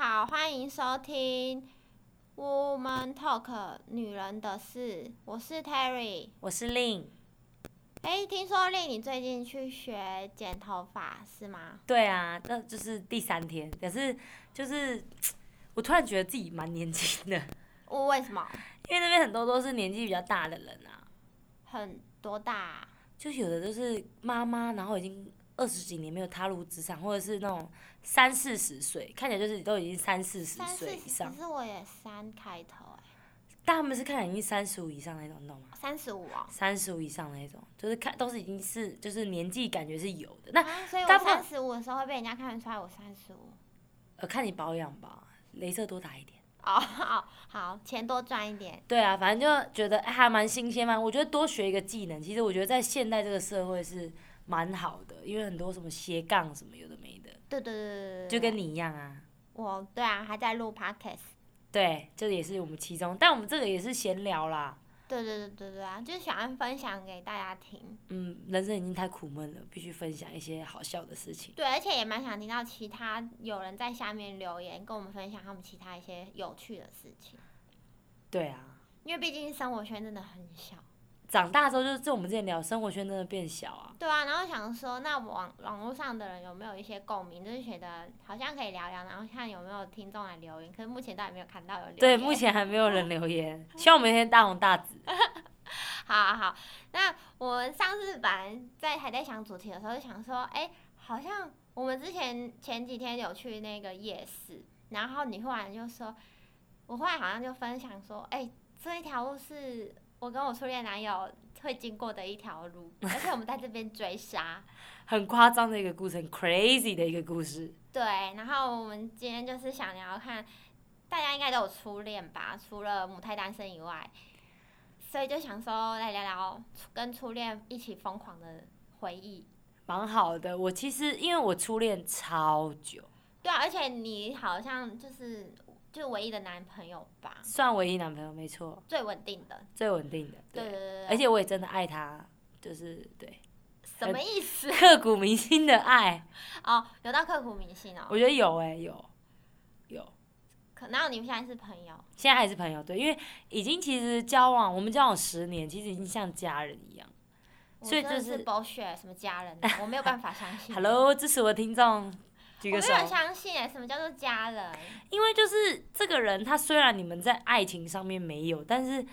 好，欢迎收听 Woman Talk 女人的事，我是 Terry。我是令，哎，听说丽你最近去学剪头发是吗？对啊，那就是第三天，可是就是我突然觉得自己蛮年轻的，我为什么因哦为那边很多都是年纪比较大的人啊，很多大啊、就有的就是妈妈，然后已经二十几年没有踏入职场，或者是那种三四十岁，看起来就是都已经三四十三四岁以十，可上，是我也三开头哎、但他们是看起来已经三十五以上那种，你懂吗？三十五哦。三十五以上那种，就是看都是已经是就是年纪感觉是有的，那啊，所以我大部三分十五的时候会被人家看得出来我三十五。呃看你保养吧，镭射多打一点。哦，好，好，钱多赚一点。对啊，反正就觉得哎还蛮新鲜嘛。我觉得多学一个技能，其实我觉得在现代这个社会是蛮好的，因为很多什么斜杠什么有的没的，对对对对对对，就跟你一样啊。我对啊，还在录 podcast。对，这也是我们其中，但我们这个也是闲聊啦。对对对对对啊，就是喜欢分享给大家听。嗯，人生已经太苦闷了，必须分享一些好笑的事情。对，而且也蛮想听到其他有人在下面留言，跟我们分享他们其他一些有趣的事情，对啊，因为毕竟生活圈真的很小。长大之后就是这我们之前聊，生活圈真的变小啊。对啊，然后想说，那网网络上的人有没有一些共鸣？就是觉得好像可以聊聊，然后看有没有听众来留言。可是目前倒也没有看到有留言。对，目前还没有人留言，希望我们天天大红大紫。 好好好，那我们上次本来在还在想主题的时候，就想说，哎、好像我们之前前几天有去那个夜市，然后你忽然就说，我忽然好像就分享说，哎、这一条路是我跟我初恋男友会经过的一条路，而且我们在这边追杀。很夸张的一个故事，很 crazy 的一个故事。对，然后我们今天就是想聊看，大家应该都有初恋吧，除了母胎单身以外，所以就想说来聊聊初跟初恋一起疯狂的回忆。蛮好的。我其实因为我初恋超久，对啊，而且你好像就是就唯一的男朋友吧，算唯一男朋友没错，最稳定的。最稳定的。对对啊对而对对，且我也真的爱他，就是对 什呃么意思？ 刻骨铭心的爱。啊哦，有到刻骨铭心哦。我觉得有哎、有有，可然后你们现在是朋友，现在还是朋友对，因为已经其实交往，我们交往十年，其实已经像家人一样。我所以真的就是是 bullshit 什么家人哦的，我没有办法相信。 Hello，支持我的听众我举没个手。有相信欸什么叫做家人？因为就是这个人，他虽然你们在爱情上面没有，但是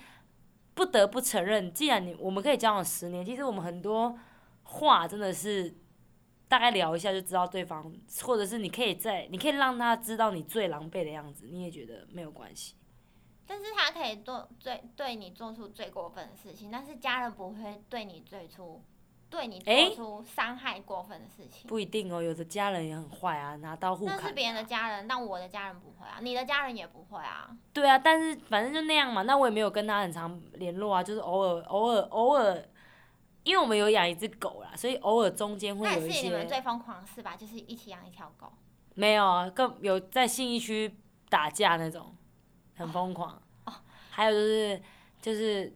不得不承认，既然你我们可以交往十年，其实我们很多话真的是大概聊一下就知道对方，或者是你可以在你可以让他知道你最狼狈的样子，你也觉得没有关系。但是他可以做最对你做出最过分的事情，但是家人不会对你最初对你做诶出伤害过分的事情。不一定哦，有的家人也很坏啊，拿刀互那砍是。别人的家人，但我的家人不会啊，你的家人也不会啊。对啊，但是反正就那样嘛。那我也没有跟他很常联络啊，就是偶尔偶尔偶尔，因为我们有养一只狗啦，所以偶尔中间会那有一也是些。你们最疯狂的事吧？就是一起养一条狗，没有，啊，更有在信义区打架那种，很疯狂。还有就是就是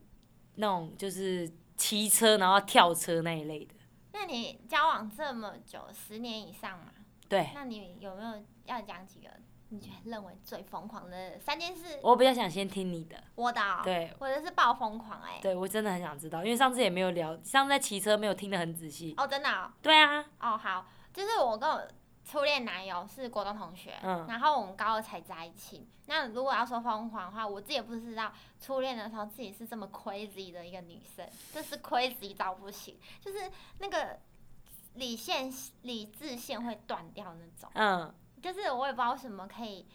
那种就是骑车然后跳车那一类的。那你交往这么久，十年以上嘛，对，那你有没有要讲几个你觉得认为最疯狂的三件事？我比较想先听你的。我的哦、哦对，我的是爆疯狂哎、对我真的很想知道，因为上次也没有聊，上次在骑车没有听得很仔细。哦，真的哦、对啊，哦，好，就是我跟我初恋男友是国中同学，嗯然后我们高二才在一起。那如果要说疯狂的话，我自己也不知道初恋的时候自己是这么 crazy 的一个女生，就是 crazy 到不行，就是那个理线理智线会断掉那种。嗯，就是我也不知道为什么可以，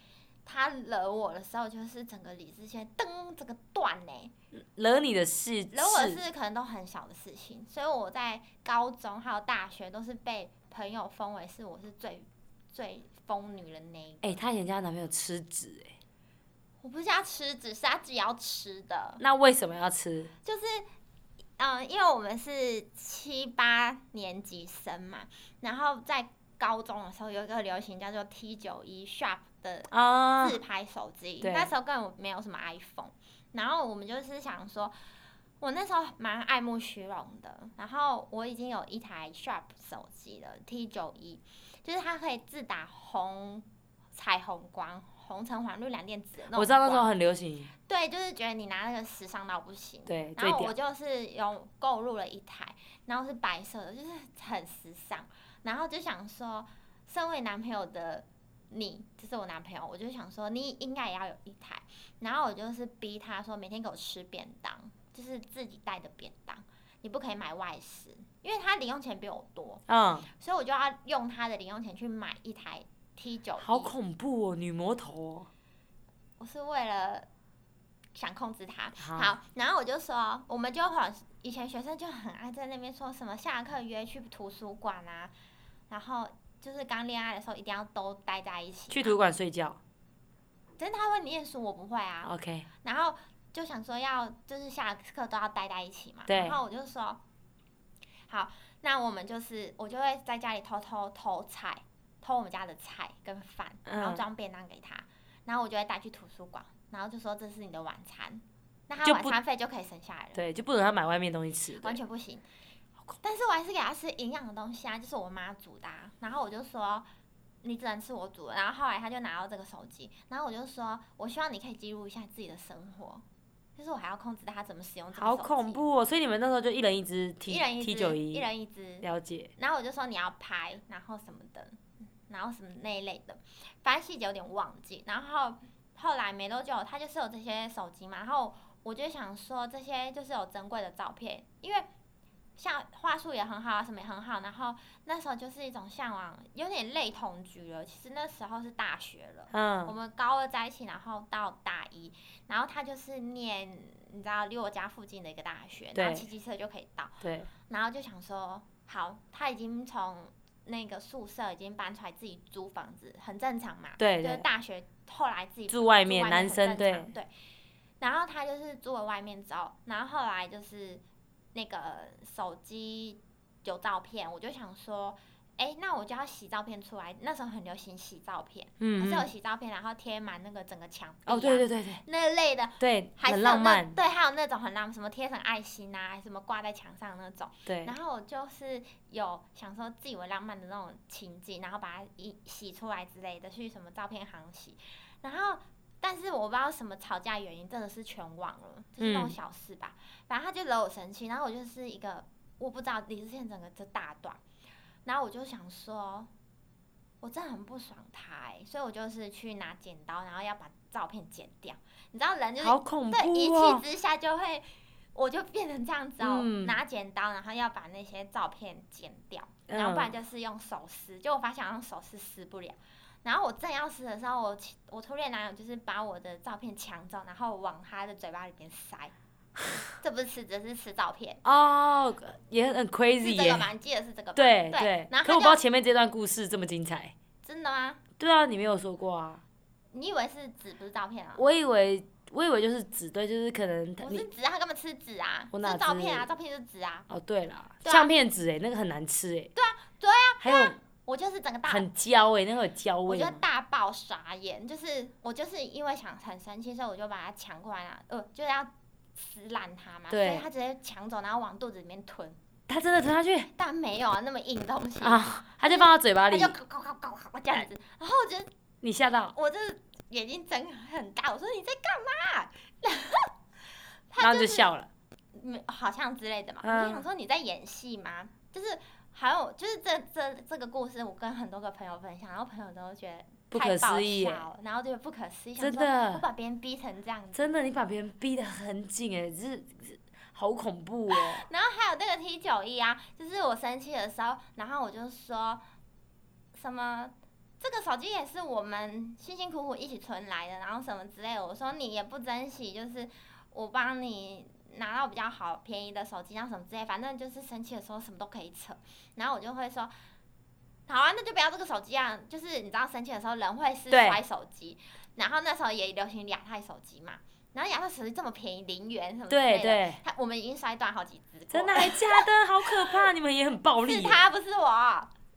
他惹我的时候，就是整个理智线噔整个断呢、惹你的事如果是是可能都很小的事情，所以我在高中还有大学都是被朋友封为是我是最最疯女人那一个。哎、她以前家男朋友吃纸、哎，我不是要吃纸，是他自己要吃的，哎那为什么要吃？就是。嗯，因为我们是七八年级生嘛，然后在高中的时候有一个流行叫做 T 九一 Sharp 的啊，自拍手机，对那时候根本没有什么 iPhone，然后我们就是想说，我那时候蛮爱慕虚荣的，然后我已经有一台 Sharp 手机了，T 九一，就是它可以自打红彩虹光、红橙黄绿蓝靛紫的那种。我知道那时候。很流行，对，就是觉得你拿那个时尚到不行。对，然最后屌我。就是有购入了一台，然后是白色的，就是很时尚。然后就想说，身为男朋友的你，这是我男朋友，我就想说你应该也要有一台。然后我就是逼他说，每天给我吃便当，就是自己带的便当，你不可以买外食，因为他零用钱比我多，嗯，所以我就要用他的零用钱去买一台 T 九。好恐怖哦，女魔头哦。我是为了想控制他。好好，然后我就说，我们就很以前学生就很爱在那边说什么下课约去图书馆啊，然后就是刚恋爱的时候一定要都待在一起。去图书馆睡觉。真的他会念书，我不会啊。 OK，然后就想说要就是下课都要待在一起嘛。对然后我就说，好，那我们就是我就会在家里偷偷偷菜，偷我们家的菜跟饭，然后嗯装便当给他，然后我就会带去图书馆，然后就说这是你的晚餐，那他就晚不餐费就可以省下来了，对，就不能让她买外面东西吃。完对全不行。但是我还是给他吃营养的东西啊，就是我妈煮的、啊。然后我就说，你只能吃我煮的。然后后来他就拿到这个手机，然后我就说，我希望你可以记录一下自己的生活，就是我还要控制他怎么使用这个好手机恐，怖哦！所以你们那时候就一人一只 T 一人一 T 只，九一一，人一只。了解。然后我就说你要拍，然后什么的，然后什么那一类的，反正细节有点忘记。然后后来没多久，他就是有这些手机嘛，然后我就想说这些就是有珍贵的照片，因为像话术也很好啊，什么也很好。然后那时候就是一种向往，有点类同居了。其实那时候是大学了。我嗯，们高二在一起，然后到大一，然后他就是念，你知道离我家附近的一个大学，然后对骑机车就可以到。对，然后就想说，好，他已经从那个宿舍已经搬出来自己租房子，很正常嘛。对就是对大学后来自己住外住面，男很生正对常对。然后他就是住了外面之后，然后后来就是那个手机有照片，我就想说，哎，那我就要洗照片出来。那时候很流行洗照片，还嗯，是有嗯洗照片，然后贴满那个整个墙壁、啊哦，对，对对对那类的对，还是很有那浪漫，对，还有那种很浪漫，什么贴成爱心啊，什么挂在墙上那种。对，然后我就是有想说自以为浪漫的那种情景，然后把它一洗出来之类的，去什么照片行洗。然后，但是我不知道什么吵架原因，真的是全忘了，就是那种嗯小事吧。反正他就惹我生气，然后我就是一个我不知道理智线整个就大断，然后我就想说。我真的很不爽他、欸，所以我就是去拿剪刀，然后要把照片剪掉。你知道人就是好恐对，一怖气哦。之下就会，我就变成这样子哦，嗯拿剪刀，然后要把那些照片剪掉，然后不然嗯，就是用手撕，就我发现我用手撕撕不了。然后我正要撕的时候，我其我初恋男友就是把我的照片抢走，然后往他的嘴巴里面 塞，这不是吃，这是吃照片，哦，也很是 crazy 这个耶。吧？你记得是这个吧？对对对然，后可他我不知道就前面这段故事这么精彩。真的吗？对啊，你没有说过啊，你以为是纸不是照片啊？我以为我以为就是纸对，就是可能他不你是纸啊，他根本吃纸啊，我哪是照片啊，知照片就是纸啊。哦，对啦，对啊相片纸哎、那个很难吃哎、对啊，对啊，还有我就是整个大很焦哎、那个有焦我味就吗。大爆傻眼，就是我就是因为想很生气，所以我就把它抢过来了，呃，就是要撕烂它嘛，所对以他直接抢走，然后往肚子里面吞，他真的吞下去但没有啊那么硬的东西，啊，他就放到嘴巴嗯它里就，咔咔咔咔咔这样子，然后我觉得你吓到，我就是眼睛睁很大，我说你在干然后你就笑了。没好像之类的嘛，嗯我就想说你在演戏吗？就是还有就是这这这个故事，我跟很多个朋友分享，然后朋友都觉得不太可爆思议耶笑，然后就不可思议，想真说我的，把别人逼成这样子。真的，你把别人逼得很紧哎、欸，这这好恐怖哦、 然后还有那个 T 九一啊，就是我生气的时候，然后我就说什么这个手机也是我们辛辛苦苦一起存来的，然后什么之类的，我说你也不珍惜，就是我帮你。拿到比较好便宜的手机，然后什么之类，反正就是生气的时候什么都可以扯。然后我就会说，好啊，那就不要这个手机啊。就是你知道生气的时候人会是对摔手机，然后那时候也流行亚太手机嘛，然后亚太手机这么便宜，零元什么之类对的，对，他我们已经摔断好几只过了，真的还假的，好可怕，你们也很暴是力欸、他不是我，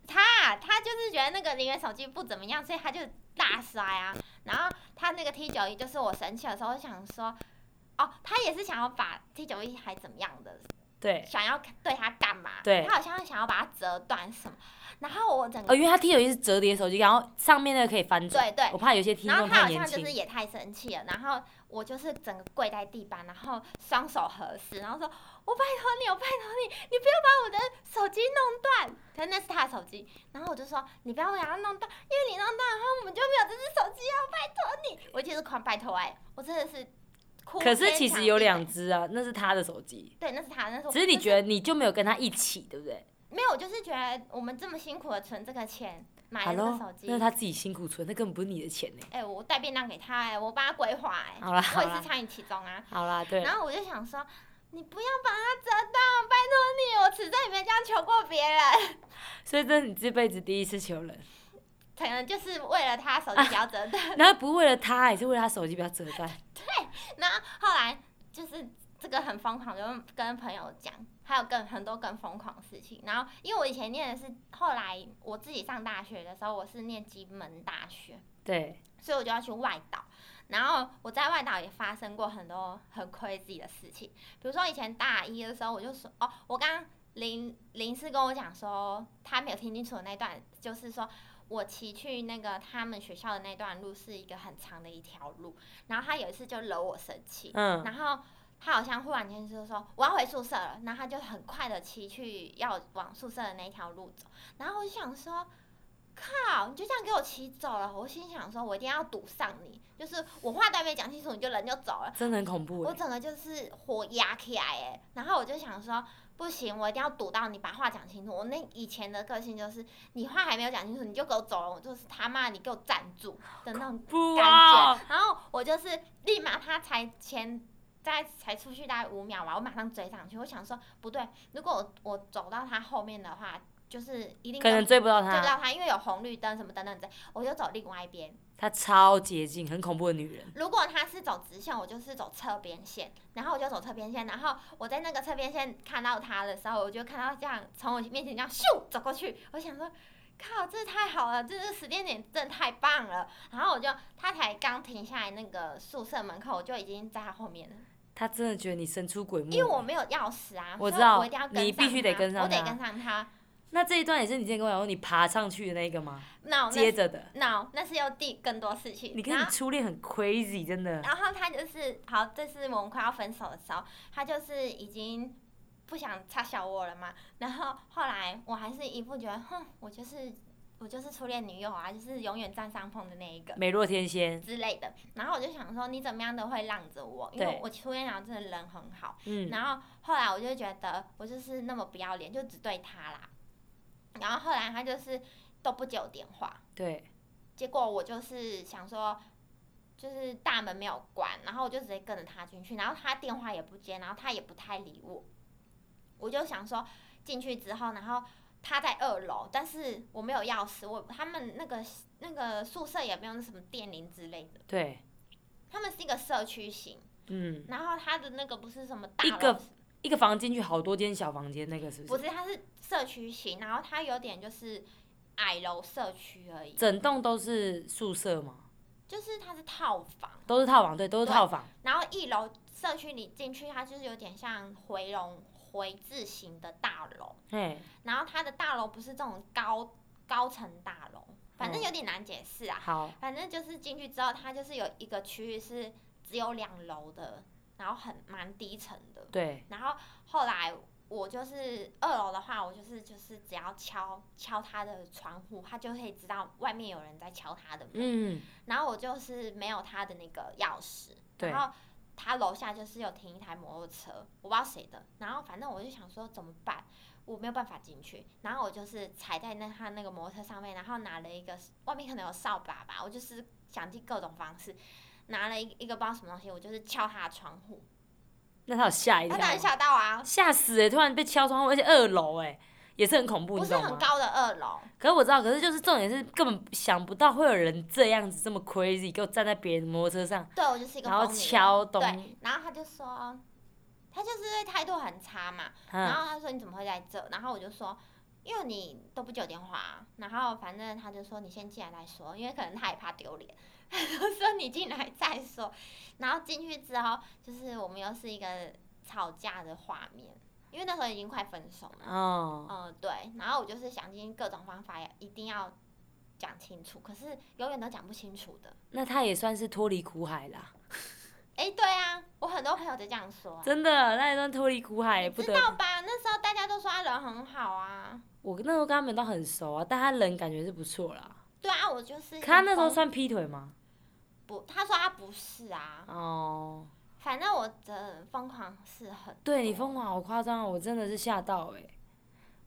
他他就是觉得那个零元手机不怎么样，所以他就大摔啊。然后他那个 T 九一就是我生气的时候，我想说，哦，他也是想要把 T 九一还怎么样的，对，想要对他干嘛，对他好像想要把它折断什么，然后我整个哦，因为它踢球也是折叠手机，然后上面那个可以翻转，对对我，怕有些听然后众他太好年像轻就是，也太生气了，然后我就是整个跪在地板，然后双手合十，然后说：“我拜托你，我拜托你，你不要把我的手机弄断。”可是那是他的手机，然后我就说：“你不要把它弄断，因为你弄断的话，我们就没有这只手机啊！我拜托你。”我就是狂拜托哎、我真的是哭。可是其实有两，只啊，那是他的手机，对，那是他，那是我。只是你觉得得你就没有跟他一起，对不对没有？我就是觉得我们这么辛苦的存这个钱买了这个手？Hello，机那是，他自己辛苦存，那根本不是你的钱呢。哎、我带便当给他哎、我帮他规划哎，好啦我好也是啦参与其中啊。好啦，对，然后我就想说，你不要把它折断，拜托你，我此生也没这样求过别人。所以这是你这辈子第一次求人，可能就是为了他手机不要折断，然后不为了他，也是为了他手机不要折断。然后 后来就是这个很疯狂，就跟朋友讲，还有更很多更疯狂的事情。然后因为我以前念的是，后来我自己上大学的时候，我是念金门大学， 对，所以我就要去外岛。然后我在外岛也发生过很多很 crazy 的事情，比如说以前大一的时候，我就说哦，我刚刚林林是跟我讲说他没有听清楚的那段，就是说我骑去那个他们学校的那段路是一个很长的一条路，然后他有一次就惹我生气，嗯，然后他好像忽然间就说我要回宿舍了，然后他就很快的骑去要往宿舍的那条路走，然后我就想说。靠！你就这样给我骑走了，我心想说，我一定要堵上你，就是我话都还没讲清楚，你就人就走了，真的很恐怖我哎。整个就是火压起来哎，然后我就想说，不行，我一定要堵到你把话讲清楚。我那以前的个性就是，你话还没有讲清楚，你就给我走了，我就是他妈你给我站住的那种不感觉。啊，然后我就是立马他才前在才出去大概五秒吧，我马上追上去，我想说不对，如果我我走到他后面的话，就是一定可能追追不到追不他，到他，因为有红绿灯什么等等等，我就走另外一边。他超捷径，很恐怖的女人。如果他是走直线，我就是走侧边线，然后我就走侧边线，然后我在那个侧边线看到他的时候，我就看到这样从我面前这样咻走过去，我想说。靠，这太好了，这个时间点真的太棒了。然后我就，他才刚停下来那个宿舍门口，我就已经在他后面了，他真的觉得你神出鬼没。因为我没有钥匙啊，嗯所我以知道我一定要跟上你必须得他跟上我得他跟上他。那这一段也是你之前跟我讲过，你爬上去的那个吗？那接哦那着的，那那是要第更多事情。你跟然你后初恋很 crazy，真的。然后他就是好，这是我们快要分手的时候，他就是已经不想插小我了嘛。然后后来我还是一副觉得，哼，我就是我就是初恋女友啊，就是永远占上风的那一个美若天仙，之类的。然后我就想说，你怎么样都会让着我，因为对我初恋男啊友真的人很好。嗯，然后后来我就觉得我就是那么不要脸，就只对他啦。然后后来他就是都不接我电话，对，结果我就是想说，就是大门没有关，然后我就直接跟着他进去，然后他电话也不接，然后他也不太理我。我就想说进去之后，然后他在二楼，但是我没有钥匙，我他们那个那个宿舍也没有那什么电铃之类的，对，他们是一个社区型，嗯，然后他的那个不是什么大一楼个一个房间去好多间小房间，那个是不不是？是，它是社区型，然后它有点就是矮楼社区而已，整栋都是宿舍嘛，就是它是套房。都是套房，对，都是对套房，然后一楼社区里进去，它就是有点像回龙回字形的大楼，哎，然后它的大楼不是这种高高层大楼，反正有点难解释啊。好，反正就是进去之后，它就是有一个区域是只有两楼的，然后很蛮低层的。对，然后后来我就是二楼的话，我就是就是只要敲敲他的窗户，他就可以知道外面有人在敲他的门。嗯，然后我就是没有他的那个钥匙，对然后他楼下就是有停一台摩托车，我不知道谁的，然后反正我就想说怎么办，我没有办法进去，然后我就是踩在那他那个摩托车上面，然后拿了一个外面可能有扫把吧，我就是想尽各种方式。拿了一一个不知道什么东西，我就是敲他的窗户，那他有吓一他当然跳，吓到啊，吓死哎！突然被敲窗户，而且二楼哎，也是很恐怖，不你知是道很吗？高的二楼，可是我知道，可是就是重点是根本想不到会有人这样子这么 crazy，给我站在别人摩托车上，对我就是一个然后疯女人敲东，对，然后他就说，他就是态度很差嘛，然嗯，后他说你怎么会在这？然后我就说，因为你都不接我电话、啊。然后反正他就说你先进来再说，因为可能他也怕丢脸， 他就说你进来再说。然后进去之后，就是我们又是一个吵架的画面，因为那时候已经快分手了。嗯，嗯，对。然后我就是想尽各种方法，一定要讲清楚，可是永远都讲不清楚的。那他也算是脱离苦海啦，哎、对啊，我很多朋友都这样说、啊，真的，那也算脱离苦海，你不知得道吧？那时候大家都说他人很好啊。我那时候跟他们都很熟啊，但他人感觉是不错啦。对啊，我就是。可他那时候算劈腿吗？不，他说他不是啊。哦，反正我的疯狂是很多对你疯狂好夸张哦，我真的是吓到哎、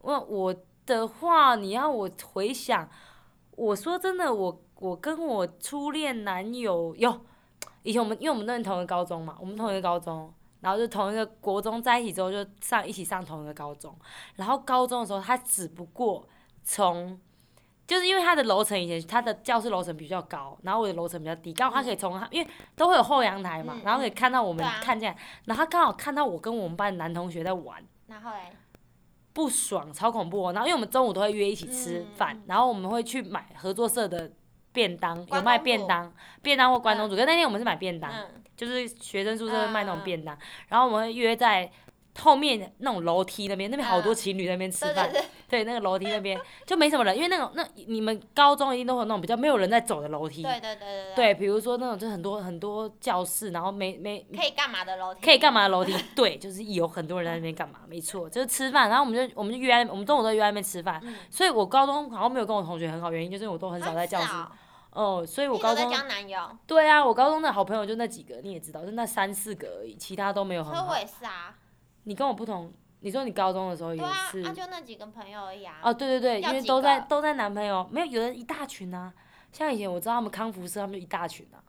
我我的话，你要我回想，我说真的，我我跟我初恋男友有，以前我们因为我们都是同一个高中嘛，我们同一个高中，然后就同一个国中在一起之后就上一起上同一个高中，然后高中的时候他只不过从。就是因为他的楼层以前他的教室楼层比较高，然后我的楼层比较低，刚好他可以从他因为都会有后阳台嘛嗯，然后可以看到我对们啊看见，然后他刚好看到我跟我们班的男同学在玩，然后嘞，不爽，超恐怖、哦。然后因为我们中午都会约一起吃饭，嗯然后我们会去买合作社的便当，关有东卖便煮当，便当或关东煮。可是那天我们是买便当，嗯，就是学生宿舍卖那嗯种嗯便当，然后我们会约在后面那种楼梯那边，那边好多嗯情侣在那边吃对饭对，对，对，那个楼梯那边就没什么人，因为那种那你们高中一定都会有那种比较没有人在走的楼梯，对对对对对，比如说那种就很多很多教室，然后没没可以干嘛的楼梯？可以干嘛的楼梯？ 对，就是有很多人在那边干嘛，没错，就是吃饭。然后我们就我们就约在，我们中午都约在那边吃饭。嗯？所以我高中好像没有跟我同学很好，原因就是因为我都很很少在教室。哦、所以我你高都在中交男友，对啊，我高中的好朋友就那几个，你也知道，就那三四个而已，其他都没有很所以好我。也是啊，你跟我不同，你说你高中的时候对也啊是，啊就那几个朋友而已啊。哦，对对对，要因为几都在个都在男朋友，没有有人一大群啊。像以前我知道他们康复社，他们就一大群啊，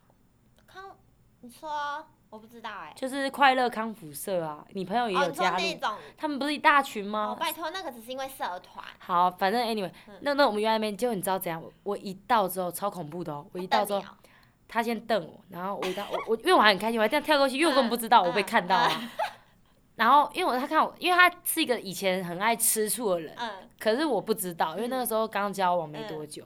康，你说我不知道哎、就是快乐康复社啊，你朋友也哦，有你说加入，那种，他们不是一大群哦，？吗拜托，那个只是因为社团，好，反正 anyway，嗯那那我们约在那边，结果你知道怎样？我我一到之后超恐怖的哦，我一到之后他瞪你哦他先瞪我，然后我一到我我因为我还很开心，我还这样跳过去，因为嗯我根本不知道我被看到啊。然后因为我他看我，因为他是一个以前很爱吃醋的人，嗯，可是我不知道，因为那个时候刚交往没多久，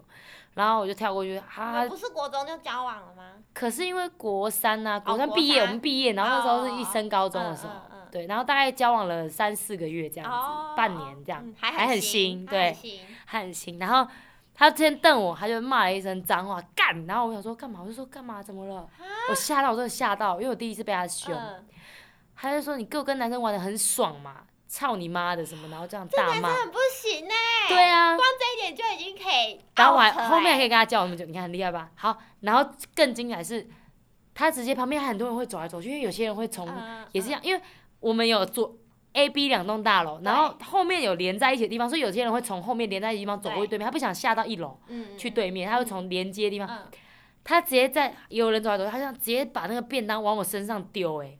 然后我就跳过去，你们哈。不是国中就交往了吗？可是因为国三呐、国哦三国毕业我三们毕业，然后那时候是一哦升高中的时候，嗯嗯嗯对，然后大概交往了三四个月这样子，哦，半年这样。嗯还还很新，新还很对新很行，然后他之前瞪我，他就骂了一声脏话，干！然后我想说干嘛？我就说干嘛？怎么了？我吓到，我真的吓到，因为我第一次被他凶，嗯，他就说你给我跟男生玩的很爽嘛，操你妈的什么，然后这样大骂那。很不行呢、对啊，这一点就已经可以欸 out 了欸、然后我还后面还可哎以跟他叫我们久，你看很厉害吧？好，然后更精彩是，他直接旁边还很多人会走来走去，因为有些人会从、嗯也是这样，因为我们有左 A、B 两栋大楼，然后后面有连在一起的地方，所以有些人会从后面连在一起的地方走过去对面，他不想下到一楼，嗯去对面，他会从连接的地方，嗯，他直接在有人走来走去，他这样直接把那个便当往我身上丢，哎，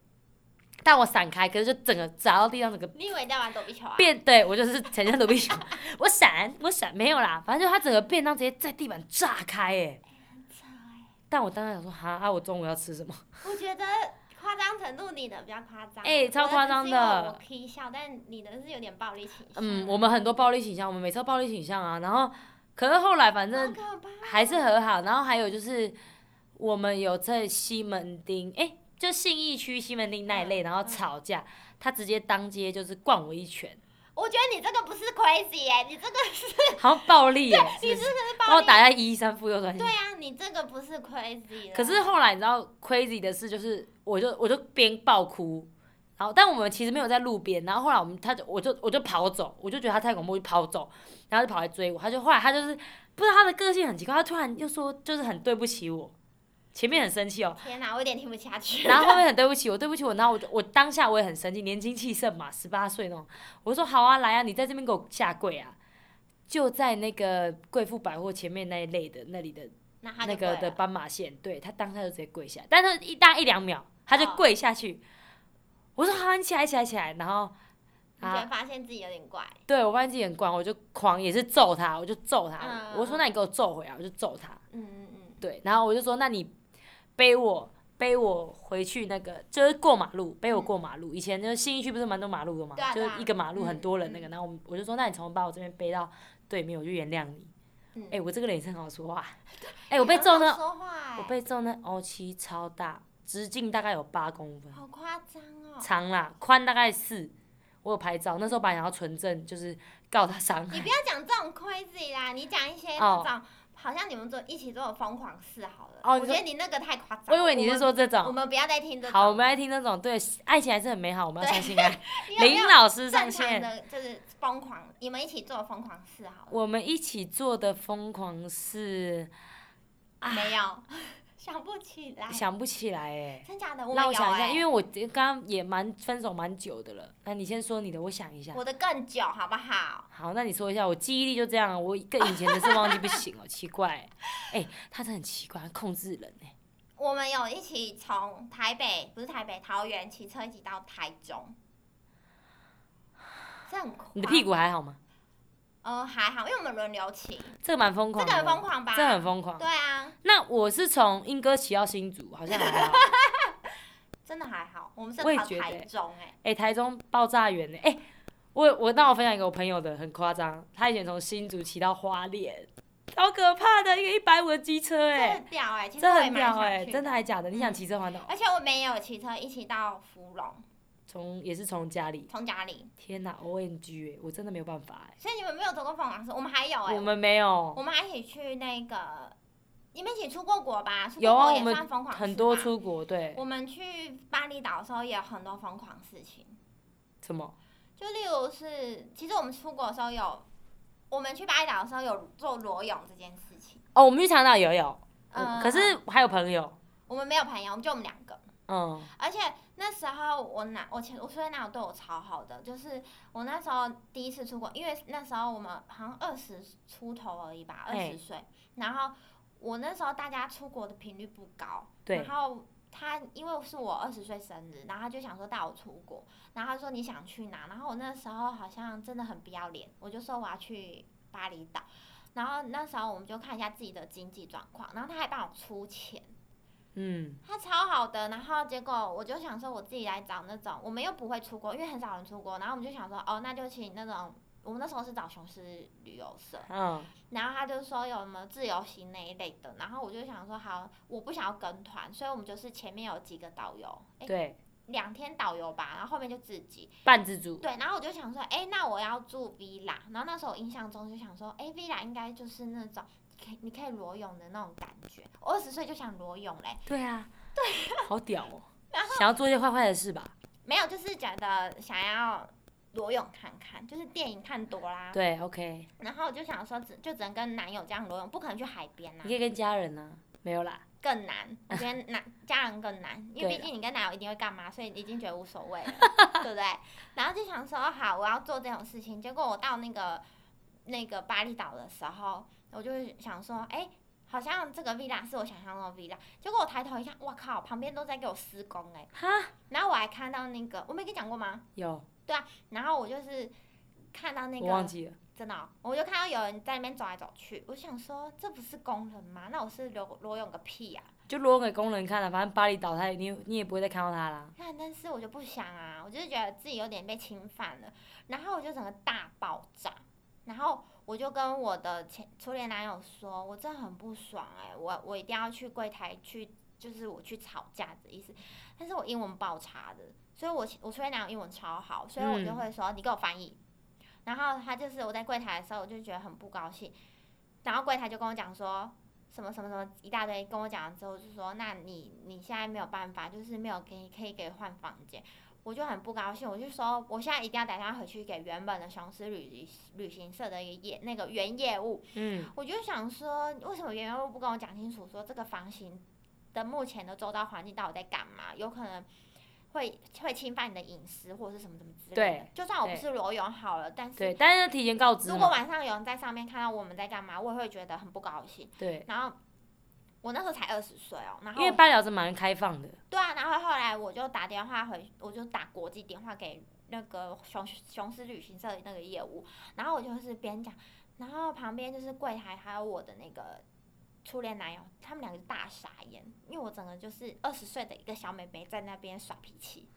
但我闪开，可是就整个砸到地上，整个你以为你在玩躲避球啊？便，对我就是 陈家躲避球，我闪，我闪，没有啦，反正就他整个便当直接在地板炸开，哎，操但我当时想说，哈，啊，我中午要吃什么？我觉得夸张程度你的比较夸张，哎超夸张的我只是因为我 k 笑，但你的是有点暴力倾向。嗯，我们很多暴力倾向，我们每次都暴力倾向啊，然后，可是后来反好正可怕，哦还是和好。然后还有就是，我们有在西门町，哎、就信义区西门町那一嗯类，然后嗯吵架，他直接当街就是灌我一拳，我觉得你这个不是 crazy 哎、你这个是好像暴力耶、是你不这是个是把暴我力。打在一三妇幼专线对。啊，你这个不是 crazy 啦可是后来你知道 crazy 的事就是，我就我就边爆哭，然后但我们其实没有在路边，然后后来我们他就我就我就跑走，我就觉得他太恐怖，我就跑走，然后他就跑来追我，他就后来他就是不知道他的个性很奇怪，他突然又说就是很对不起我，前面很生气哦，天哪，我有点听不下去。 然后后面很对不起我，对不起我，然后我就我当下我也很生气，年轻气盛嘛，十八岁那种，我就说好啊，来啊，你在这边给我下跪啊，就在那个贵妇百货前面那一类的那里的那他就那个跪的了斑马线，对他当下就直接跪下，但是一大概一两秒他就哦跪下去，我说好、啊，你起来起来起来，然后你觉得啊，发现自己有点怪，对我发现自己很乖，我就狂也是揍他，我就揍他，嗯我说那你给我揍回来，我就揍他，嗯嗯对，然后我就说，那你背我背我回去那个，就是过马路，背我过马路。以前就是信义区不是蛮多马路的嘛，嗯对啊就对是啊一个马路嗯很多人那个。然后我们我就说，那你从把我这边背到对面，我就原谅你。嗯嗯哎、。我这个人也是很好说话。哎、哎我被揍那说话哎、我被揍那凹七超大，直径大概有八公分，好夸张哦。长啦，宽大概四。我有拍照，那时候本来想要纯正，就是告他伤你害不。要讲这种亏自己啦，你讲一些那哦种、好像你们做一起做的疯狂事好了。哦我你觉说得你那个太夸张。我以为你我是们说这我种，们不要再听这种。好，我们来听那种，对，爱情还是很美好，我们要对相信爱。你有没有林老师上正常线，的就是疯狂，你们一起做疯狂事好了。我们一起做的疯狂事，啊没有， 想不起来。想不起来哎、真假的？我们让我有想一下，哎、因为我刚刚也蛮分手蛮久的了。那你先说你的，我想一下。我的更久，好不好？好，那你说一下，我记忆力就这样啊，我跟以前的事忘记不行哦， 奇怪欸。哎、他真的很奇怪，他控制人哎、我们有一起从台北，不是台北，桃园骑车一起到台中，这很你的屁股？股还好吗？呃，还好，因为我们轮流骑，这个蛮疯这狂个的，哦很疯狂吧？这很疯狂。对啊，那我是从莺歌骑到新竹，好像还好。真的还好，我们是我也到觉得台中哎、哎、台中爆炸远呢、哎、我我那我分享一个我朋友的，很夸张，他以前从新竹骑到花莲，好可怕的一个一百五的机车哎、这很屌哎、其实这我也很蛮屌想哎、去真的还假的？你嗯想骑车环岛？而且我们也有骑车一起到芙蓉，从也是从家里，从家里，天哪，O M G 哎、我真的没有办法哎、所以你们没有走过凤凰寺，我们还有哎、我们没有，我们还一起去那个，你们一起出过国吧？出有过啊国也我们算疯狂事很多吧。出国，对，我们去巴厘岛的时候也有很多疯狂事情，什么？就例如是，其实我们出国的时候有，我们去巴厘岛的时候有做裸泳这件事情。哦，我们去长岛游泳，嗯，可是还有朋友，我们没有朋友，我们就我们两个。嗯，而且那时候我男我前我初恋男友对我超好的，就是我那时候第一次出国，因为那时候我们好像二十出头而已吧，二嘿十岁。然后我那时候大家出国的频率不高，对然，后他因为是我二十岁生日，然后他就想说带我出国，然后他说你想去哪？然后我那时候好像真的很不要脸，我就说我要去巴厘岛。然后那时候我们就看一下自己的经济状况，然后他还帮我出钱。嗯，他超好的，然后结果我就想说我自己来找那种，我们又不会出国，因为很少人出国，然后我们就想说哦，那就请那种，我们那时候是找雄狮旅游社，嗯，然后他就说有什么自由行那一类的，然后我就想说好，我不想要跟团，所以我们就是前面有几个导游，哎，对，两天导游吧，然后后面就自己，半自助，对，然后我就想说，哎，那我要住 villa，然后那时候我印象中就想说，哎，villa 应该就是那种可以你可以裸泳的那种感觉，我二十岁就想裸泳嘞。对啊，对，好屌哦，想要做一些坏坏的事吧？没有，就是觉得想要裸泳看看，就是电影看多啦。对，OK，然后我就想说只，就只能跟男友这样裸泳，不可能去海边呐、啊你可以跟家人呢，没有啦，更难。我觉得男家人更难，因为对啊毕啦竟你跟男友一定会干嘛，所以你已经觉得无所 谓了，对不对？然后就想说，好，我要做这种事情。结果我到那个那个巴厘岛的时候，我就是想说，哎、好像这个 villa 是我想象中的 villa，结果我抬头一看，哇靠，旁边都在给我施工哎、哈，然后我还看到那个，我没跟你讲过吗？有，然后我就是看到那我忘个，记了，真的哦、我就看到有人在那边走来走去，我想说这不是工人吗？那我是裸裸泳个屁啊呀、就裸给工人看了，反正巴厘岛他你你也不会再看到他啦，那但是我就不想啊，我就是觉得自己有点被侵犯了，然后我就整个大爆炸，然后我就跟我的前初恋男友说，我真的很不爽哎、我我一定要去柜台去，就是我去吵架的意思，但是我英文爆差的，所以我我初恋男友英文超好，所以我就嗯会说、你给我翻译，然后他就是我在柜台的时候，我就觉得很不高兴，然后柜台就跟我讲说，什么什么什么一大堆跟我讲完之后，就说那你你现在没有办法，就是没有给你可以给换房间，我就很不高兴，我就说我现在一定要打电话回去给原本的雄狮旅旅行社的一个业那个原业务，嗯，我就想说为什么原业务不跟我讲清楚，说这个房型的目前的周遭环境到底在干嘛，有可能。会会侵犯你的隐私或者是什么什么之类的对，就算我不对是裸泳好了，但对，是但是要提前告知如果嘛，晚上有人在上面看到我们在干嘛，我也会觉得很不高兴。对，然后我那时候才二十岁哦，然因后为巴厘岛是蛮开放的，对啊，然后后来我就打电话回，我就打国际电话给那个雄雄狮旅行社的那个业务，然后我就是边讲，然后旁边就是柜台还有我的那个初恋男友，他们两个就大傻眼，因为我整个就是二十岁的一个小妹妹在那边耍脾气，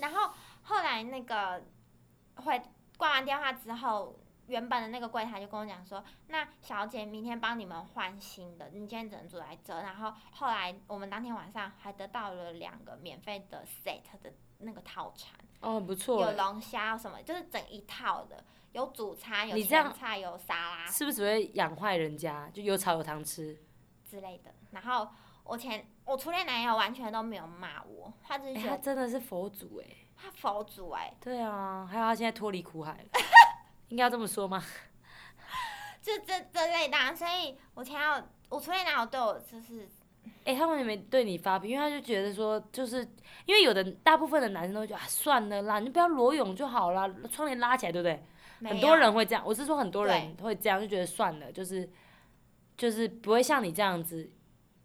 然后后来那个会挂完电话之后。原本的那个柜台就跟我讲说，那小姐明天帮你们换新的，你今天只能住在这。然后后来我们当天晚上还得到了两个免费的 set 的那个套餐，哦，很不错有欸，龙虾什么，就是整一套的，有主餐，有你这前样菜，有沙拉是不是只会养坏人家？就有草有糖吃。之类的。然后我前我初恋男友完全都没有骂我，他只是哎、觉他得真的是佛祖哎、 他佛祖哎、对啊，还有他现在脱离苦海 了，应该要这么说吗？就这这类的啊、所以我前男友我初恋男友对我就是哎、他们也没对你发脾，因为他就觉得说，就是因为有的大部分的男生都会觉得啊，算了啦，你就不要裸泳就好啦，窗帘拉起来，对不对？没很有多人会这样，我是说很多人会这样，就觉得算了，就是就是不会像你这样子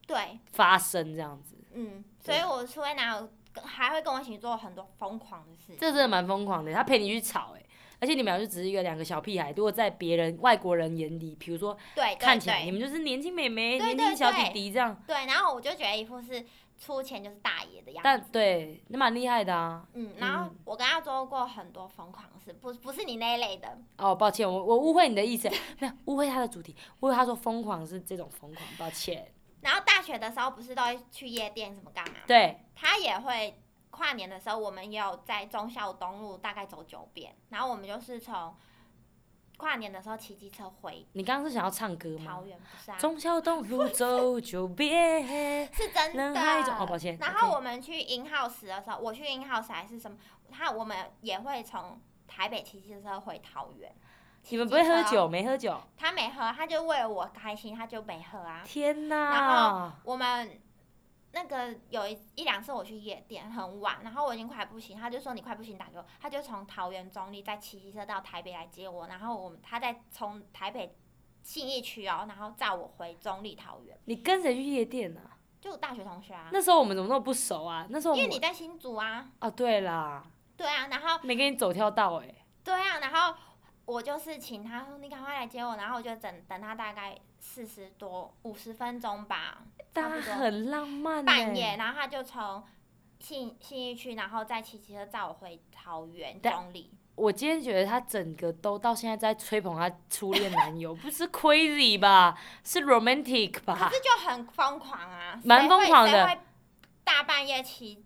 对，发生这样子，嗯，所对以我初恋男友跟还会跟我一起做很多疯狂的事情。这真的蛮疯狂的。他陪你去吵、欸，而且你们俩就只是一个两个小屁孩，如果在别人外国人眼里，比如说对，对看起来对你们就是年轻美眉、对年轻小对弟弟这样，对，然后我就觉得一副是出钱就是大爷的样子。但对，那蛮厉害的啊。嗯，然后我跟他做过很多疯狂的事，不不是你那一类的，哦，抱歉，我我误会你的意思，没有误会他的主题，误会他说疯狂是这种疯狂，抱歉。然后大学的时候不是都会去夜店什么干嘛？对，他也会跨年的时候，我们也有在忠孝东路大概走九遍，然后我们就是从跨年的时候骑机车回你刚刚是想要唱歌吗桃？园，不是啊？忠孝东路走九遍，是真人海中哦，的。抱歉。然 OK 后我们去 in house 的时候，我去 in house 还是什么，他我们也会从台北骑机车回桃园。你们不会骑机车喝哦？酒，没喝酒？他没喝，他就为了我开心，他就没喝啊。天然哪！我们那个有一一两次我去夜店很晚，然后我已经快不行，他就说你快不行打给我，他就从桃园中立再骑机车到台北来接我，然后我们他再从台北信义区哦，然后载我回中立桃园，你跟谁去夜店啊？就我大学同学啊，那时候我们怎么那么不熟啊？那时候因我为们你在新竹啊，哦，对啦，对啊，然后没跟你走跳到哎、对啊，然后我就是请他说你赶快来接我，然后我就等等他大概四十多五十分钟吧，差大不多家很浪漫、欸。半夜，然后他就从信信义区，然后再骑骑车载我回桃园对中立。我今天觉得他整个都到现在在吹捧他初恋男 友，不是 crazy 吧，是 romantic 可吧？是就很疯狂啊，啊蛮谁疯会狂谁的会大半夜骑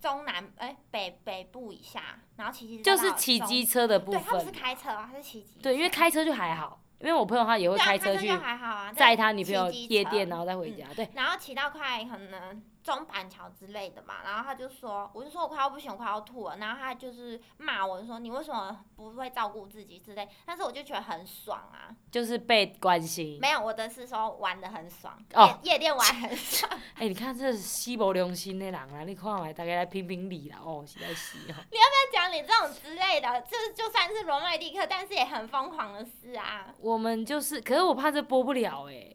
中南哎、北北部以下，然后骑骑车就是到骑中，机车的部对他不是分。开车啊，他是骑机。对，因为开车就还好，因为我朋友他也会对啊开开车去就还好啊，载在他女朋友骑机夜车嗯店，然啊后再回家。对，然后骑到快可能中板桥之类的嘛，然后他就说，我就说我快要不行，我快要吐了，然后他就是骂我说你为什么不会照顾自己之类，但是我就觉得很爽啊，就是被关心。没有，我的是说玩的很爽，哦夜夜店玩很爽， 哎、你看这西伯良心的人啊，你看来大概来评评理啦，哦，实在是哦。 在讲你这种之类的，这就算是罗麦蒂克，但是也很疯狂的事啊。我们就是，可是我怕这播不了哎、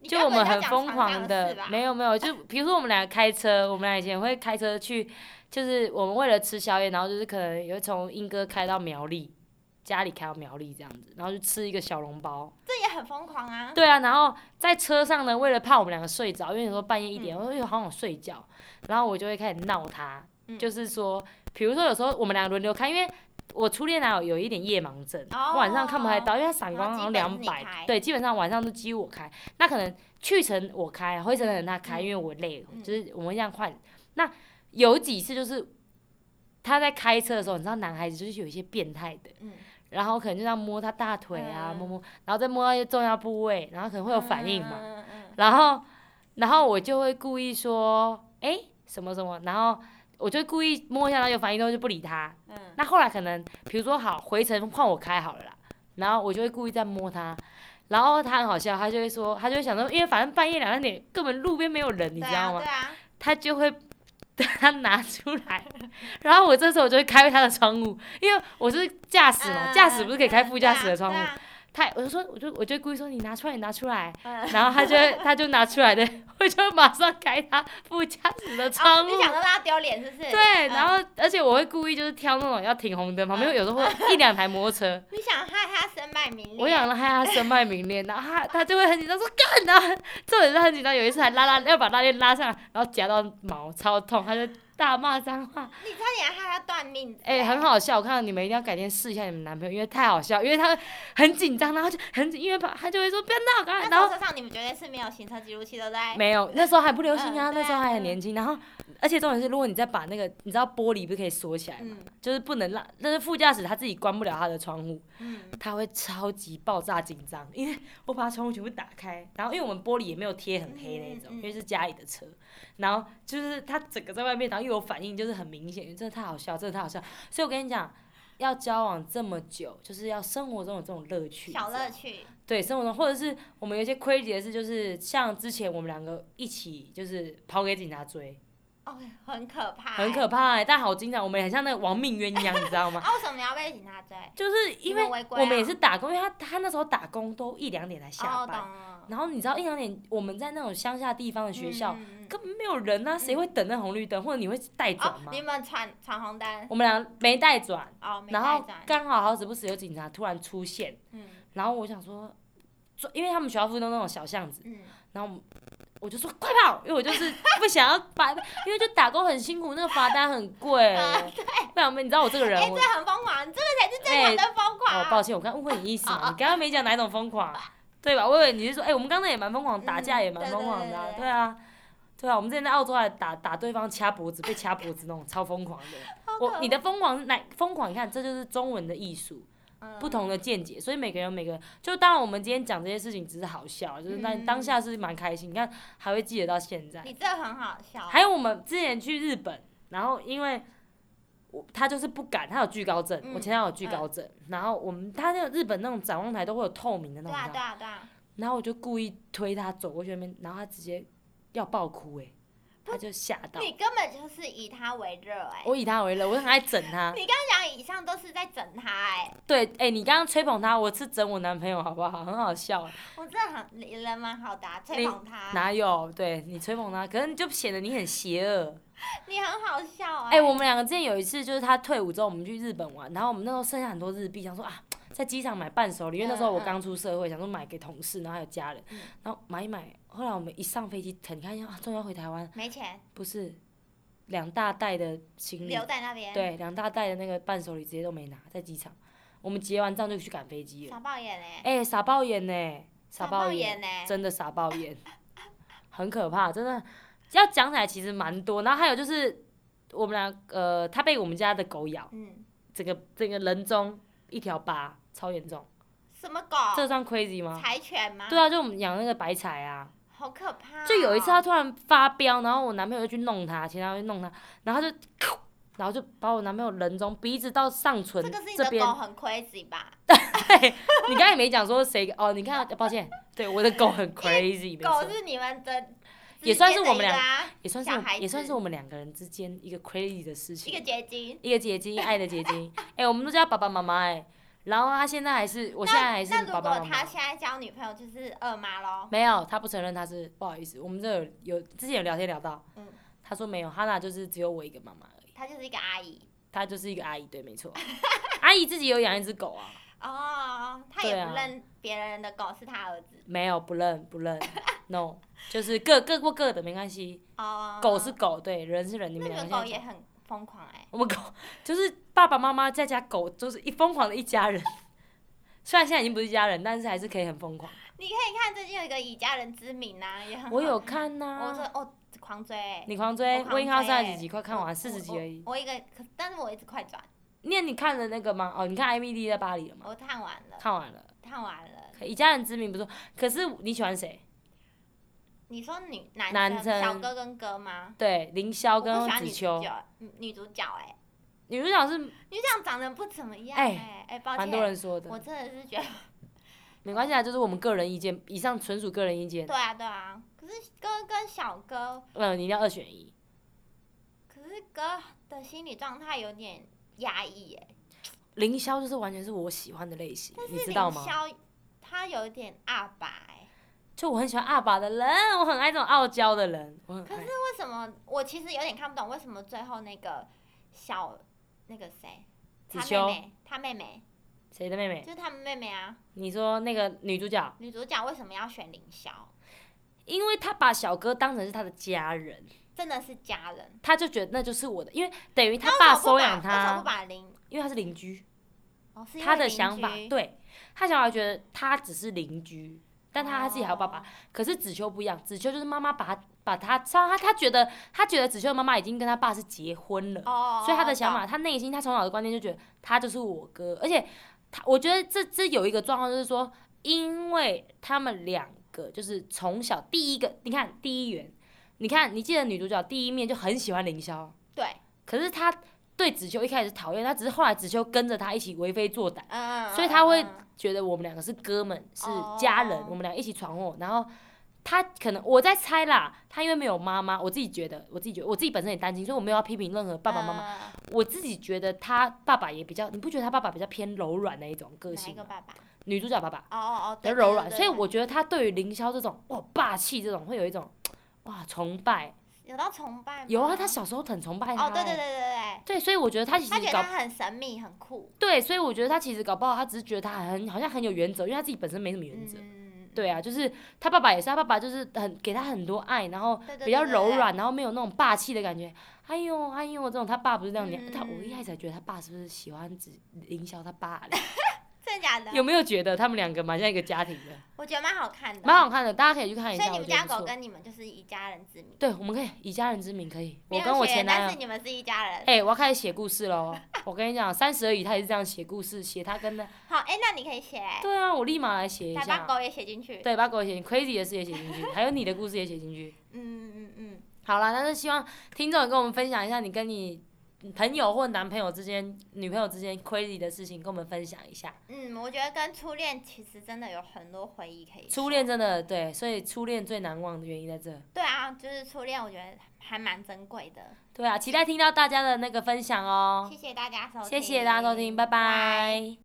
你就该我不会们在很讲疯床狂上的事吧，没有没有，就比如说我们俩开车，我们俩以前会开车去，就是我们为了吃宵夜，然后就是可能也会从莺歌开到苗栗，家里开到苗栗这样子，然后就吃一个小笼包。这也很疯狂 啊。对啊，然后在车上呢，为了怕我们两个睡着，因为有时候半夜一点，我说哎好想睡觉，然后我就会开始闹他，嗯就是说，比如说有时候我们俩轮流开，因为。我初恋男友有一点夜盲症，哦晚上看不太到，因为他散光然好后像基本是两你百开，对，基本上晚上都几乎我开。那可能去程我开，啊回程可能他开，因为我累了，嗯就是我们这样换。那有几次就是他在开车的时候，你知道男孩子就是有一些变态的，嗯，然后可能就这样摸他大腿啊，嗯摸摸，然后再摸到一些重要部位，然后可能会有反应嘛。嗯嗯然后，然后我就会故意说，哎、什么什么，然后我就故意摸一下，然后有反应之后就不理他。嗯嗯那后来可能，比如说好回程换我开好了啦，然后我就会故意再摸他，然后他很好笑，他就会说，他就会想说，因为反正半夜两三点根本路边没有人，你对知道啊吗？对啊，他就会 他拿出来，然后我这时候我就会开他的窗户，因为我是驾驶嘛，嗯驾驶不是可以开嗯副对驾啊驶的窗户对，啊他我就说我就我就故意说你拿出来你拿出来，嗯然后他就 会他就拿出来的，我就马上开他副驾驶的哦窗户你。想说他丢脸是不是？对，嗯然后而且我会故意就是挑那种要停红灯，旁边有时候会有一两台摩托车，你想害他身败名裂，我想让他身败名裂，然后他他就会很紧张说干，然后这也是很紧张，有一次还拉拉要把拉链拉上来，然后夹到毛超痛，他就大骂脏话，你差点害他断命子。哎、很好笑。我看到你们一定要改天试一下你们男朋友，因为太好笑，因为他很紧张，然后就很紧，因为怕他就会说不要闹，赶快，那啊然后后车上你们绝对是没有行车记录器，对不对？没有，那时候还不流行啊，嗯对啊那时候还很年轻。然后，而且重点是，如果你再把那个，你知道玻璃不是可以锁起来吗？嗯就是不能让，但是副驾驶他自己关不了他的窗户，嗯，他会超级爆炸紧张，因为我把窗户全部打开，然后因为我们玻璃也没有贴很黑那种，嗯嗯嗯因为是家里的车，然后就是他整个在外面，然后又有反应，就是很明显，真的太好笑，真的太好笑。所以我跟你讲，要交往这么久，就是要生活中有这种乐趣，小你知道乐吗趣，对生活中，或者是我们有一些 crazy 的事，就是像之前我们两个一起就是跑给警察追，哦，很可怕、很可怕。怕、欸，但好精彩，我们很像那个亡命鸳鸯，你知 道吗？啊，为什么你要被警察追？就是因你为们违规啊我们也是打工，因为他他那时候打工都一两点才下哦，懂班，了。然后你知道一两点我们在那种乡下地方的学校、嗯嗯嗯根本没有人啊，谁会等那红绿灯，或者你会带转哦，吗？你们闯闯红灯，我们俩没带转，哦，没然带后转，刚好好死不死有警察突然出现，嗯然后我想说，坐因为他们学校附近都那种小巷子。嗯，然后我就说快跑，因为我就是不想要把， 因为就打工很辛苦，那个罚单很贵。哦啊不然你知道我这个人，哎，我这很疯狂，这个才是正常的疯狂哦，啊。抱歉，我刚误会你意思哦哦嘛，你刚刚没讲哪一种疯狂，对吧？我以为你是说，哎，我们刚刚也蛮疯狂，打架也蛮对疯狂的啊嗯对，对对啊。对啊，我们之前在澳洲还打打对方掐脖子，被掐脖子那种超疯狂的。好可我怕你的疯狂是哪疯狂？你看，这就是中文的艺术。嗯不同的见解，所以每个人有每个人，就当然我们今天讲这些事情只是好笑，啊就是那嗯当下是蛮开心，你看还会记得到现在。你这很好笑。还有我们之前去日本，然后因为我他就是不敢，他有惧高症，嗯我前男友有惧高症，然后我们他那个日本那种展望台都会有透明的那对种，啊，你知对道啊，对啊，然后我就故意推他走过去那边，然后他直接要爆哭哎、他就吓到，你根本就是以他为热哎。我以他为乐，我很爱整他。你刚刚讲以上都是在整他哎，对，哎、你刚刚吹捧他，我是整我男朋友好不好？很好笑、我真的很你人蛮好的啊，吹捧他，哪有？对你吹捧他，可能就显得你很邪恶。你很好笑哎、我们两个之前有一次，就是他退伍之后，我们去日本玩，然后我们那时候剩下很多日币，想说啊，在机场买伴手礼，因为那时候我嗯嗯刚出社会，想说买给同事，然后还有家人嗯，然后买一买。后来我们一上飞机，你看一下啊，终于要回台湾，没钱不是两大袋的行李留，在那边，，嗯对，两大袋的那个伴手礼直接都没拿，在机场，我们结完账就去赶飞机了。傻爆眼哎，哎、傻爆眼呢、傻爆眼。眼哎，真的傻爆眼， 很可怕，真的。要讲起来其实蛮多，然后还有就是我们俩，呃，他被我们家的狗咬，嗯，整个整个人中一条疤，超严重。什么狗？这算 crazy 吗？柴犬吗？对啊，就我们养那个白柴啊，好可怕、就有一次他，突然发飙，然后我男朋友就去弄他，前男友去弄他，然后他就， 然后就把我男朋友人中鼻子到上唇这个是你这的边狗，很 crazy 吧？你刚才也没讲说谁哦，你看，抱歉，对我的狗 很 crazy，没错狗是你们的，也算是我们俩俩也算是小我孩也算子是我们两个人之间一个 crazy 的事一个情，结晶。一个结晶，爱的结晶。哎、我们都叫他爸爸妈妈哎，然后他现在还是，我现在还是那如爸爸妈果妈他。现在交女朋友，就是二妈喽。没有，他不承认他是，不好意思，我们这有有之前有聊天聊到，嗯他说没有，哈娜就是只有我一个妈妈而已，她就是一个阿姨她就是一个阿姨，对，没错， 阿姨自己有养一只狗啊，哦，她对也啊不认别人的狗是她儿子没有不认不认 ，no，就是各各过各的没关系，哦。狗是，狗，对，人是人，你那们你两们个狗现在也很疯狂哎、我们狗就是爸爸妈妈再加狗，就是一疯狂的一家人。虽然现在已经不是一家人，但是还是可以很疯狂。你可以看最近有一个以家人之名啊，也很好我有看呐、我说哦，狂追、欸。你狂我追，狂我已经看到追三欸十几集，快看完四十集而已。我我一个，可但是我一直快转，念你看了那个吗？哦，你看《M D 在巴黎》了吗？我看完了，看完了，看完了。可以家人之名不错。可是你喜欢谁？你说女男男生小哥跟哥吗？对，凌我霄不跟喜欢子女秋主。角，女女主角哎、女主角是女主角长得不怎么样哎哎、哎、抱歉，蛮多人说我的，真的是觉得没关系啊，就是我们个人意见，以上纯属个人意见。对啊对啊，可是哥跟小哥，嗯，你一定要二选一。可是哥的心理状态有点压抑哎、凌霄就是完全是我喜欢的类型，你是知凌道吗？霄他有点二白、就我很喜欢阿爸的人，我很爱这种傲娇的人，我很哎可爱是。为什么我其实有点看不懂为什么最后那个小那个谁，他子妹秋妹，他妹妹谁的妹妹就？是他们妹妹啊，你说那个女主角，女主角为什么要选凌霄？因为她把小哥当成是她的家人，真的是家人。他就觉得那就是我的，因为等于他那爸为什么不收养把为什么他不，把零？因为他是邻居，哦，是因他为的邻想法居，对他想法觉得他只是邻居，但他他自己还有爸爸哦。可是子秋不一样，子秋就是妈妈把他把他，他他他觉得他觉得子秋的妈妈已经跟他爸是结婚了，哦，所以他的哦想法，，他内心他从小的观念就觉得他就是我哥，而且他我觉得这这有一个状况就是说，因为他们两个就是从小第一个，你看第一眼，你看你记得女主角第一面就很喜欢凌霄，懂对，可是她对子秋一开始讨厌，她只是后来子秋跟着她一起为非作歹，嗯，所以嗯他会嗯嗯觉得我们两个是哥们，是家人哦我们俩一起闯祸。然后他可能我在猜啦，他因为没有妈妈，我自己觉得，我自己觉得我自己本身也担心，所以我没有要批评任何爸爸妈妈。妈我自己觉得他爸爸也比较，你不觉得他爸爸比较偏柔软那一种个哪一性个吗？爸爸？女主角爸爸哦哦哦，啊比对较对柔对软，对所以对我觉得他对于凌霄这种哇霸气这种会有一种哇崇拜。有到崇拜吗有啊，他小时候很崇拜他、哦，对对对欸对对，对所以我觉得他其他觉实得搞他很神秘很酷，对，所以我觉得他其实搞不好他只是觉得他很好像很有原则，因为他自己本身没什么原则。嗯，对啊，就是他爸爸也是，他爸爸就是很给他很多爱，然后对对比较对对柔对软，然后没有那种霸气的感觉。哎呦哎呦，这种他爸不是这样讲，他我一嗯开始还觉得他爸是不是喜欢只凌霄他爸嘞真的假的？ 有没有觉得他们两个蛮像一个家庭的，我觉得蛮好看的，蛮好看的，大家可以去看一所以下，你我们觉家得不狗错。跟你们就是以家人之名，对，我们可以以家人之名可以，我没有跟我血前缘男但友是，你们是一家人。哎、我要开始写故事喽。我跟你讲，三十而已，他也是这样写故事，写他跟那，好，哎，那你可以写，对啊，我立马来写一来把下。狗也写进去。对，把狗写进，crazy 的事也写进去，还有你的故事也写进去。嗯嗯嗯嗯，好了，但是希望听众也跟我们分享一下你跟你朋友或男朋友之间、女朋友之间 crazy 的事情，跟我们分享一下。嗯，我觉得跟初恋其实真的有很多回忆可以说。初恋真的对，所以初恋最难忘的原因在这。对啊，就是初恋，我觉得还蛮珍贵的。对啊，期待听到大家的那个分享哦。谢谢大家收听，谢谢大家收听，拜拜。